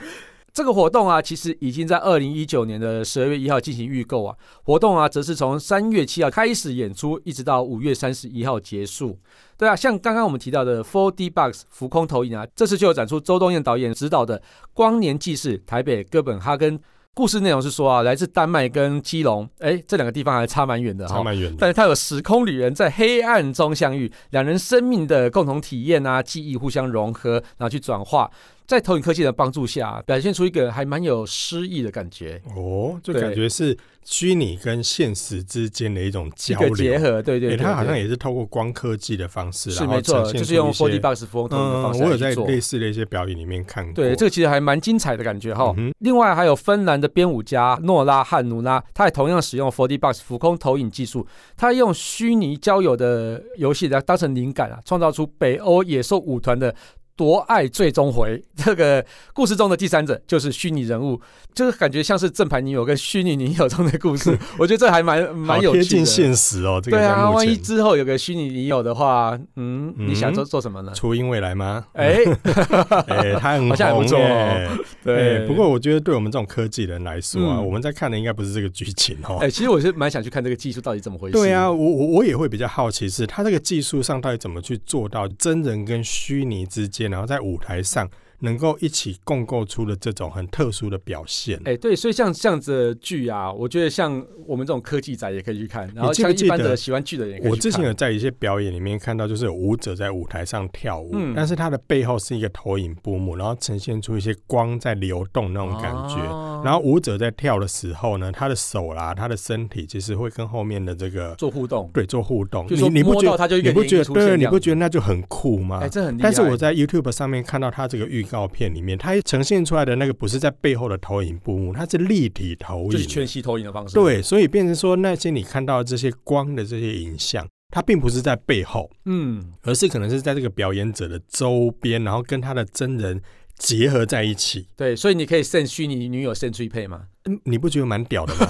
[SPEAKER 2] 这个活动啊，其实已经在二零一九年的十二月一号进行预购啊。活动啊，则是从三月七号开始演出，一直到五月三十一号结束。对啊，像刚刚我们提到的 4D Box 浮空投影啊，这次就有展出周冬燕导演执导的《光年纪事》台北哥本哈根。故事内容是说啊，来自丹麦跟基隆，哎，这两个地方还差蛮远的哈、
[SPEAKER 1] 差蛮远的。
[SPEAKER 2] 但是它有时空旅人在黑暗中相遇，两人生命的共同体验啊，记忆互相融合，然后去转化，在投影科技的帮助下，表现出一个还蛮有诗意的感觉，
[SPEAKER 1] 哦，就
[SPEAKER 2] 对
[SPEAKER 1] 感觉是虚拟跟现实之间的一种
[SPEAKER 2] 一
[SPEAKER 1] 交
[SPEAKER 2] 个结
[SPEAKER 1] 流。
[SPEAKER 2] 合，对对
[SPEAKER 1] 诶
[SPEAKER 2] 对，
[SPEAKER 1] 它好像
[SPEAKER 2] 也
[SPEAKER 1] 也是啊透过光科技的方式，
[SPEAKER 2] 是
[SPEAKER 1] 然后
[SPEAKER 2] 没错，
[SPEAKER 1] 呈现
[SPEAKER 2] 就是
[SPEAKER 1] 出
[SPEAKER 2] 用
[SPEAKER 1] 一些
[SPEAKER 2] 4D box 风投影的方
[SPEAKER 1] 嗯，
[SPEAKER 2] 式
[SPEAKER 1] 我有
[SPEAKER 2] 来
[SPEAKER 1] 在
[SPEAKER 2] 去做。
[SPEAKER 1] 类似的一些表演里面看过。
[SPEAKER 2] 对，这个其实还蛮精彩的感觉哈。
[SPEAKER 1] 嗯哼
[SPEAKER 2] 另外还有芬兰的编舞家诺拉汉努拉，他也同样使用 4D box 浮空投影技术，他用虚拟交友的游戏来当成灵感啊，创造出北欧野兽舞团的。夺爱最终回， 这个故事中的第三者就是虚拟人物，就是感觉像是正牌女友跟虚拟女友中的故 事，我觉得这还蛮蛮
[SPEAKER 1] 好
[SPEAKER 2] 有
[SPEAKER 1] 贴
[SPEAKER 2] 趣
[SPEAKER 1] 近
[SPEAKER 2] 的。
[SPEAKER 1] 现实哦。这个
[SPEAKER 2] 对
[SPEAKER 1] 在
[SPEAKER 2] 啊，
[SPEAKER 1] 目
[SPEAKER 2] 万一
[SPEAKER 1] 前
[SPEAKER 2] 之后有个虚拟女友的话，嗯，你想
[SPEAKER 1] 嗯
[SPEAKER 2] 做做什么 呢？
[SPEAKER 1] 初音未来吗？
[SPEAKER 2] 哎，
[SPEAKER 1] 哎，它很
[SPEAKER 2] 好像还不
[SPEAKER 1] 红
[SPEAKER 2] 错哦
[SPEAKER 1] 哎
[SPEAKER 2] 对
[SPEAKER 1] 哎，不过我觉得对我们这种科技人来说啊，
[SPEAKER 2] 嗯
[SPEAKER 1] 我们在看的应该不是这个剧情哦
[SPEAKER 2] 哎、。其实我是蛮想去看这个技术到底怎么回事。
[SPEAKER 1] 对啊，我我我也会比较好奇是，它这个技术上到底怎么去做到真人跟虚拟之间，然后在舞台上能够一起共构出的这种很特殊的表现。
[SPEAKER 2] 哎、对，所以像这样子的剧啊，我觉得像我们这种科技宅也可以去看，然后
[SPEAKER 1] 你记不
[SPEAKER 2] 像一般
[SPEAKER 1] 记得
[SPEAKER 2] 的喜欢剧的人也可以去看。
[SPEAKER 1] 我之前有在一些表演里面看到，就是有舞者在舞台上跳舞，
[SPEAKER 2] 嗯
[SPEAKER 1] 但是它的背后是一个投影布幕，然后呈现出一些光在流动那种感觉。
[SPEAKER 2] 哦
[SPEAKER 1] 然后舞者在跳的时候呢，他的手啦，他的身体其实会跟后面的这个
[SPEAKER 2] 做互动，
[SPEAKER 1] 对做互动。
[SPEAKER 2] 就是说
[SPEAKER 1] 你你不
[SPEAKER 2] 摸
[SPEAKER 1] 觉
[SPEAKER 2] 到
[SPEAKER 1] 得
[SPEAKER 2] 它就一个
[SPEAKER 1] 你不觉
[SPEAKER 2] 灵
[SPEAKER 1] 得
[SPEAKER 2] 出现
[SPEAKER 1] 对？
[SPEAKER 2] 这
[SPEAKER 1] 你
[SPEAKER 2] 样
[SPEAKER 1] 不觉得那就很酷吗？
[SPEAKER 2] 哎、这很厉害。
[SPEAKER 1] 但是我在 YouTube 上面看到它这个预告片里面，它呈现出来的那个不是在背后的投影布幕，它是立体投
[SPEAKER 2] 就是
[SPEAKER 1] 影，
[SPEAKER 2] 全息投影的方式。
[SPEAKER 1] 对，所以变成说那些你看到的这些光的这些影像，它并不是在背后，
[SPEAKER 2] 嗯，
[SPEAKER 1] 而是可能是在这个表演者的周边，然后跟他的真人结合在一起。
[SPEAKER 2] 对，所以你可以 send 虚拟女友 send 去配 吗？
[SPEAKER 1] 嗯你不觉得蛮屌的吗？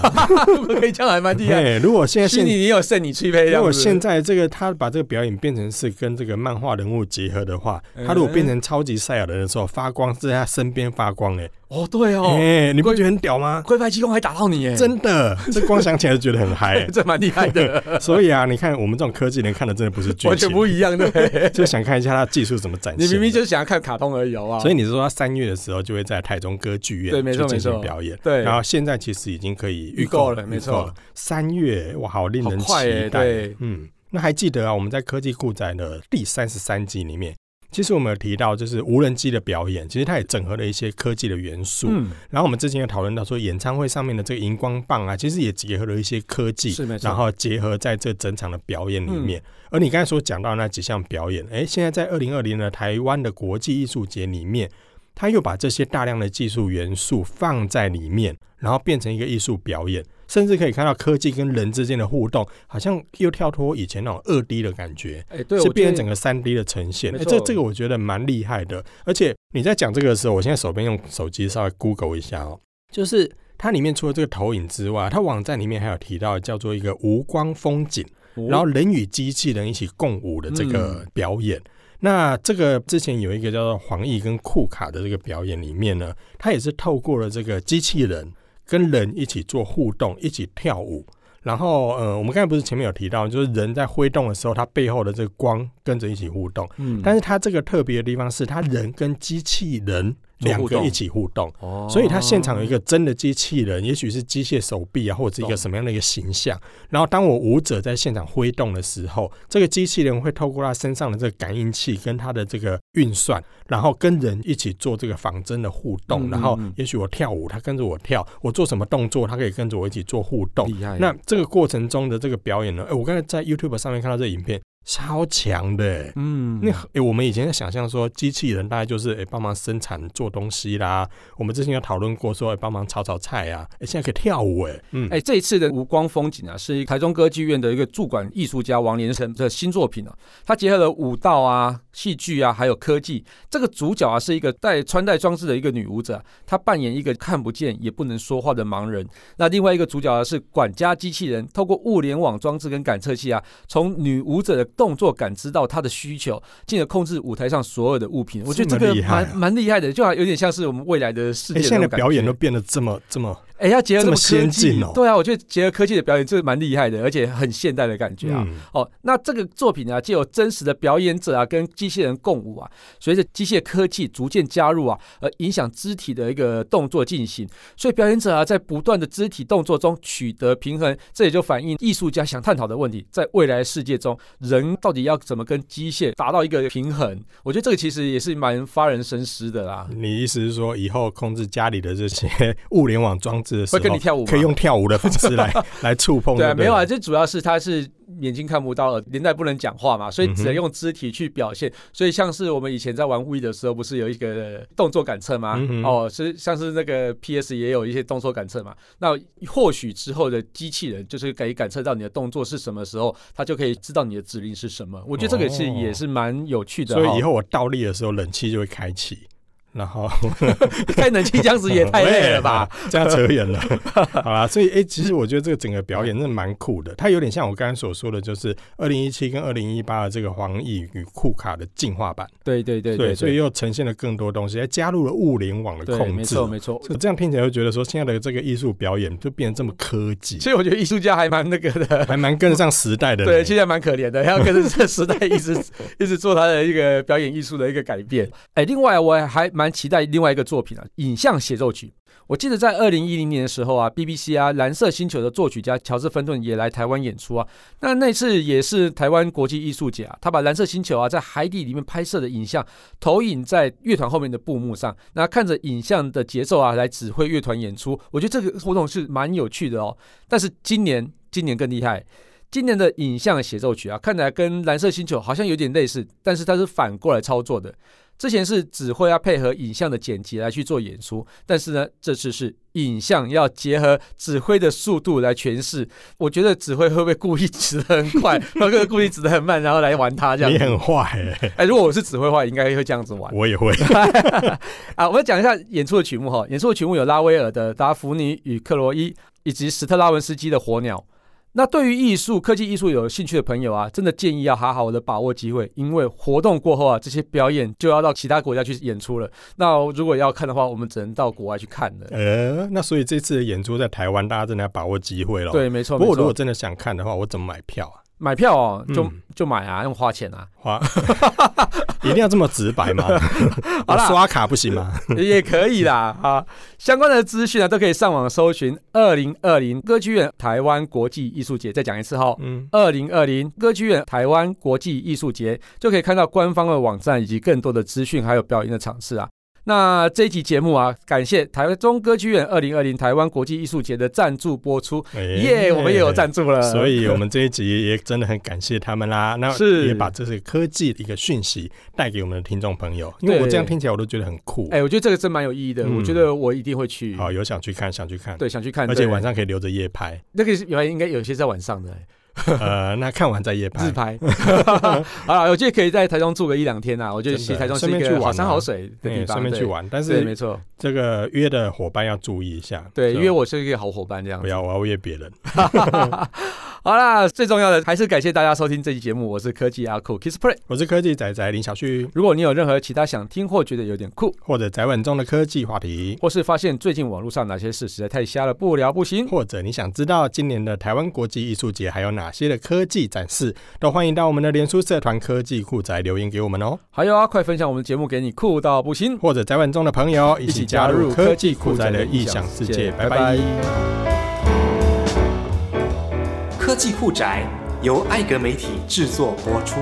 [SPEAKER 2] 可以这样还 蛮厉害。
[SPEAKER 1] 对，如果现在
[SPEAKER 2] 虚
[SPEAKER 1] 现
[SPEAKER 2] 拟女友 send 你去配，
[SPEAKER 1] 如果现
[SPEAKER 2] 在
[SPEAKER 1] 在这个他把这个表演变成是跟这个漫画人物结合的话，
[SPEAKER 2] 嗯
[SPEAKER 1] 他如果变成超级赛亚人的时候，发光是在他身边发光、欸，
[SPEAKER 2] 哦，对
[SPEAKER 1] 哎、
[SPEAKER 2] 哦，
[SPEAKER 1] 你不觉得很屌吗？
[SPEAKER 2] 龟派气功还打到你哎，
[SPEAKER 1] 真的，这光想起来就觉得很 嗨、
[SPEAKER 2] 这蛮厉害的，
[SPEAKER 1] 所以啊，你看我们这种科技人看的真的不是剧
[SPEAKER 2] 完全
[SPEAKER 1] 情，
[SPEAKER 2] 不一样的。 对
[SPEAKER 1] 就想看一下它技术怎么展现。
[SPEAKER 2] 你明明就是想要看卡通而已，好不好？
[SPEAKER 1] 所以
[SPEAKER 2] 以
[SPEAKER 1] 你是说它三月的时候就会在台中歌剧院
[SPEAKER 2] 对没错
[SPEAKER 1] 去进
[SPEAKER 2] 没
[SPEAKER 1] 行
[SPEAKER 2] 错
[SPEAKER 1] 表演，
[SPEAKER 2] 对
[SPEAKER 1] 然后现在其实已经可以
[SPEAKER 2] 预购了
[SPEAKER 1] 预
[SPEAKER 2] 没错
[SPEAKER 1] 购了三月哇，好令
[SPEAKER 2] 好
[SPEAKER 1] 人
[SPEAKER 2] 快哎，
[SPEAKER 1] 期待。
[SPEAKER 2] 对，
[SPEAKER 1] 嗯，那还记得啊，我们在科技酷宅的第三十三集里面，其实我们有提到，就是无人机的表演，其实它也整合了一些科技的元素。
[SPEAKER 2] 嗯，
[SPEAKER 1] 然后我们之前有讨论到说，演唱会上面的这个荧光棒啊，其实也结合了一些科技，
[SPEAKER 2] 是没错。嗯
[SPEAKER 1] 然后结合在这整场的表演里面。而你刚才所讲到的那几项表演，哎，现在在二零二零的台湾的国际艺术节里面，它又把这些大量的技术元素放在里面，然后变成一个艺术表演。甚至可以看到科技跟人之间的互动，好像又跳脱以前那种二 D 的感觉，
[SPEAKER 2] 哎、对，
[SPEAKER 1] 是
[SPEAKER 2] 我
[SPEAKER 1] 变
[SPEAKER 2] 变
[SPEAKER 1] 成整个三 D 的呈现。
[SPEAKER 2] 没
[SPEAKER 1] 哎
[SPEAKER 2] 错
[SPEAKER 1] 这这个我觉得蛮厉害的。而且你在讲这个的时候，我现在手边用手机稍微 Google 一下哦，就是它里面除了这个投影之外，它网站里面还有提到叫做一个无光风景，然后人与机器人一起共舞的这
[SPEAKER 2] 嗯
[SPEAKER 1] 个表演。那这个之前有一个叫做黄奕跟库卡的这个表演里面呢，它也是透过了这个机器人跟人一起做互动，一起跳舞。然后，呃，我们刚才不是前面有提到，就是人在挥动的时候，它背后的这个光跟着一起互动。
[SPEAKER 2] 嗯
[SPEAKER 1] 但是它这个特别的地方是，它人跟机器人
[SPEAKER 2] 做
[SPEAKER 1] 两
[SPEAKER 2] 互
[SPEAKER 1] 个
[SPEAKER 2] 动
[SPEAKER 1] 一起互动，
[SPEAKER 2] 哦
[SPEAKER 1] 所以它现场有一个真的机器人，也许是机械手臂啊，或者是一个什么样的一个形象。然后当我舞者在现场挥动的时候，这个机器人会透过他身上的这个感应器跟他的这个运算，然后跟人一起做这个仿真的互动。
[SPEAKER 2] 嗯
[SPEAKER 1] 然后
[SPEAKER 2] 嗯嗯
[SPEAKER 1] 也许我跳舞，他跟着我跳；我做什么动作，他可以跟着我一起做互动。
[SPEAKER 2] 哦厉害，
[SPEAKER 1] 那这个过程中的这个表演呢，哎、我刚才在 YouTube 上面看到这影片，超强的、欸。
[SPEAKER 2] 嗯，
[SPEAKER 1] 那诶、我们以前在想象说，机器人大概就是诶帮、忙生产做东西啦。我们之前有讨论过说，诶帮、忙炒炒菜啊。诶、现在可以跳舞诶、嗯，
[SPEAKER 2] 哎、这一次的无光风景啊，是台中歌剧院的一个驻馆艺术家王连成的新作品啊。他结合了舞蹈啊、戏剧啊，还有科技。这个主角啊，是一个戴穿戴装置的一个女舞者啊，她扮演一个看不见也不能说话的盲人。那另外一个主角啊，是管家机器人，透过物联网装置跟感测器啊，从女舞者的动作感知到她的需求，进而控制舞台上所有的物品。我觉得这
[SPEAKER 1] 这么
[SPEAKER 2] 个
[SPEAKER 1] 厉害啊
[SPEAKER 2] 蛮蛮厉害的，就好像有点像是我们未来的世界
[SPEAKER 1] 诶、
[SPEAKER 2] 的
[SPEAKER 1] 现
[SPEAKER 2] 那
[SPEAKER 1] 在
[SPEAKER 2] 种
[SPEAKER 1] 的
[SPEAKER 2] 感觉。
[SPEAKER 1] 表演都变得这么这么，
[SPEAKER 2] 哎、要结合
[SPEAKER 1] 这么
[SPEAKER 2] 什科
[SPEAKER 1] 先
[SPEAKER 2] 技
[SPEAKER 1] 进哦
[SPEAKER 2] 对啊，我觉得结合科技的表演，这蛮厉害的，而且很现代的感觉啊。
[SPEAKER 1] 嗯，
[SPEAKER 2] 哦，那这个作品啊，借由真实的表演者啊，跟机器人共舞啊，随着机械科技逐渐加入啊，而影响肢体的一个动作进行，所以表演者啊，在不断的肢体动作中取得平衡，这也就反映艺术家想探讨的问题，在未来世界中，人到底要怎么跟机械达到一个平衡？我觉得这个其实也是蛮发人深思的啦。
[SPEAKER 1] 你意思是说，以后控制家里的这些 物联网装置的时
[SPEAKER 2] 会跟
[SPEAKER 1] 候
[SPEAKER 2] 你，跳舞吗？
[SPEAKER 1] 哦可以用跳舞的方式 来来触碰？
[SPEAKER 2] 对啊，
[SPEAKER 1] 不
[SPEAKER 2] 没有啊，，这主要是他是眼睛看不到，呃连带不能讲话嘛，所以只
[SPEAKER 1] 嗯
[SPEAKER 2] 能
[SPEAKER 1] 哼
[SPEAKER 2] 用肢体去表现。所以像是我们以前在玩 We 的时候，不是有一个动作感测吗？
[SPEAKER 1] 嗯哼
[SPEAKER 2] 哦，是像是那个 PS 也有一些动作感测嘛。那或许之后的机器人就是可以感测到你的动作是什么时候，它就可以知道你的指令是什么。我觉得这个是、
[SPEAKER 1] 哦
[SPEAKER 2] 也是蛮有趣的、哦。
[SPEAKER 1] 所以以后我倒立的时候，冷气就会开启。然后
[SPEAKER 2] 太冷气这样子也太累了吧？
[SPEAKER 1] 喂？ 这样扯远了。好啦，所以诶，其实我觉得这个整个表演真的蛮酷的，它有点像我刚才所说的，就是二零一七跟二零一八的这个黄奕与库卡的进化版，
[SPEAKER 2] 对对对对，
[SPEAKER 1] 所以又呈现了更多东西，还加入了物联网的
[SPEAKER 2] 对，
[SPEAKER 1] 控
[SPEAKER 2] 没
[SPEAKER 1] 制。
[SPEAKER 2] 错没错。
[SPEAKER 1] 这这样听起来会觉得说，现在的这个艺术表演就变得这么科技，
[SPEAKER 2] 所以我觉得艺术家还蛮那个的，
[SPEAKER 1] 还蛮跟得上时代的呢。
[SPEAKER 2] 对，其实还蛮可怜的，要跟着这时代一直一直做他的一个表演艺术的一个改变。哎，另外我还蛮期待另外一个作品啊，影像协奏曲。我记得在二零一零年的时候啊，BBC 啊，蓝色星球的作曲家乔治·芬顿也来台湾演出啊。那那次也是台湾国际艺术节啊，他把蓝色星球啊在海底里面拍摄的影像投影在乐团后面的布幕上，那看着影像的节奏啊来指挥乐团演出。我觉得这个活动是蛮有趣的哦。但是今年，今年更厉害，今年的影像协奏曲啊，看起来跟蓝色星球好像有点类似，但是它是反过来操作的。之前是指挥要配合影像的剪辑来去做演出，但是呢，这次是影像要结合指挥的速度来诠释。我觉得指挥会不会故意指得很快， 然后故意指得很慢，然后来玩它这样
[SPEAKER 1] 你
[SPEAKER 2] 子？
[SPEAKER 1] 很坏、 欸，
[SPEAKER 2] 哎，如果我是指挥的话，应该会这样子玩。
[SPEAKER 1] 我也会。
[SPEAKER 2] 啊，我们讲一下演出的曲目哈。演出的曲目有拉威尔的《达芙妮与克洛伊》，以及史特拉文斯基的《火鸟》。那对于艺术、科技艺术有兴趣的朋友啊，真的建议要好好的把握机会，因为活动过后啊，这些表演就要到其他国家去演出了。那如果要看的话，我们只能到国外去看了。
[SPEAKER 1] 呃，那所以这次的演出在台湾，大家真的要把握机会了。，
[SPEAKER 2] 对，没错。
[SPEAKER 1] 不过我
[SPEAKER 2] 没
[SPEAKER 1] 如果
[SPEAKER 2] 错，
[SPEAKER 1] 真的想看的话，我怎么买票啊？
[SPEAKER 2] 买票哦，就、
[SPEAKER 1] 嗯
[SPEAKER 2] 就买啊，用花钱啊，
[SPEAKER 1] 花， 一定要这么直白吗？
[SPEAKER 2] 好
[SPEAKER 1] 我
[SPEAKER 2] 啦
[SPEAKER 1] 刷卡不行吗？
[SPEAKER 2] 也可以啦啊。相关的资讯啊，都可以上网搜寻“二零二零歌剧院台湾国际艺术节”。再讲一次哈、哦，
[SPEAKER 1] 嗯，
[SPEAKER 2] 二零二零歌剧院台湾国际艺术节，就可以看到官方的网站以及更多的资讯，还有表演的场次啊。那这一集节目啊，感谢台中歌剧院二零二零台湾国际艺术节的赞助播出，耶、我们也有赞助了，
[SPEAKER 1] 哎所以我们这一集也真的很感谢他们啦。那
[SPEAKER 2] 是
[SPEAKER 1] 也把这些科技的一个讯息带给我们的听众朋友，因为我
[SPEAKER 2] 对
[SPEAKER 1] 这样听起来我都觉得很酷。
[SPEAKER 2] 哎、我觉得这个真蛮有意义的，
[SPEAKER 1] 嗯
[SPEAKER 2] 我觉得我一定会去，
[SPEAKER 1] 好，有想去看，想去看，
[SPEAKER 2] 对，想去看，
[SPEAKER 1] 而且
[SPEAKER 2] 对
[SPEAKER 1] 晚上可以留着夜 拍，
[SPEAKER 2] 那个是原来应该有些是在晚上的、哎
[SPEAKER 1] 呃，那看完再夜拍
[SPEAKER 2] 自。拍， 好了，我觉得可以在台中住个一两天啊，我觉得其实
[SPEAKER 1] 真的
[SPEAKER 2] 台中是
[SPEAKER 1] 顺
[SPEAKER 2] 一
[SPEAKER 1] 便去
[SPEAKER 2] 个
[SPEAKER 1] 玩
[SPEAKER 2] 好
[SPEAKER 1] 啊
[SPEAKER 2] 山好水的地
[SPEAKER 1] 对，
[SPEAKER 2] 方，
[SPEAKER 1] 顺便去
[SPEAKER 2] 对，
[SPEAKER 1] 玩，但
[SPEAKER 2] 对，
[SPEAKER 1] 是
[SPEAKER 2] 没错，
[SPEAKER 1] 这个约的伙伴要注意一下，
[SPEAKER 2] 对，
[SPEAKER 1] 就
[SPEAKER 2] 因为我是一个好伙伴这样
[SPEAKER 1] 不
[SPEAKER 2] 子。
[SPEAKER 1] 要我要约别人。
[SPEAKER 2] 好啦，最重要的还是感谢大家收听这期节目，我是科技阿酷 Kiss Play。
[SPEAKER 1] 我是科技仔仔林小旭，
[SPEAKER 2] 如果你有任何其他想听或觉得有点酷，
[SPEAKER 1] 或者宅稳中的科技话题，
[SPEAKER 2] 或是发现最近网络上哪些事实在太瞎了，不聊不行。
[SPEAKER 1] 或者你想知道今年的台湾国际艺术节还有哪些的科技展示，都欢迎到我们的脸书社团科技酷宅留言给我们哦。
[SPEAKER 2] 还有啊，快分享我们节目给你酷到不行。
[SPEAKER 1] 或者宅稳中的朋友一
[SPEAKER 2] 一
[SPEAKER 1] 起
[SPEAKER 2] 起
[SPEAKER 1] 加
[SPEAKER 2] 加
[SPEAKER 1] 入
[SPEAKER 2] 入
[SPEAKER 1] 科
[SPEAKER 2] 科
[SPEAKER 1] 技
[SPEAKER 2] 技
[SPEAKER 1] 酷
[SPEAKER 2] 酷
[SPEAKER 1] 宅
[SPEAKER 2] 宅
[SPEAKER 1] 的
[SPEAKER 2] 的
[SPEAKER 1] 异
[SPEAKER 2] 异
[SPEAKER 1] 想
[SPEAKER 2] 想
[SPEAKER 1] 世
[SPEAKER 2] 世
[SPEAKER 1] 界，
[SPEAKER 2] 界
[SPEAKER 1] 拜
[SPEAKER 2] 拜
[SPEAKER 1] 拜
[SPEAKER 2] 拜。
[SPEAKER 3] 科技酷宅由艾格媒体制作播出。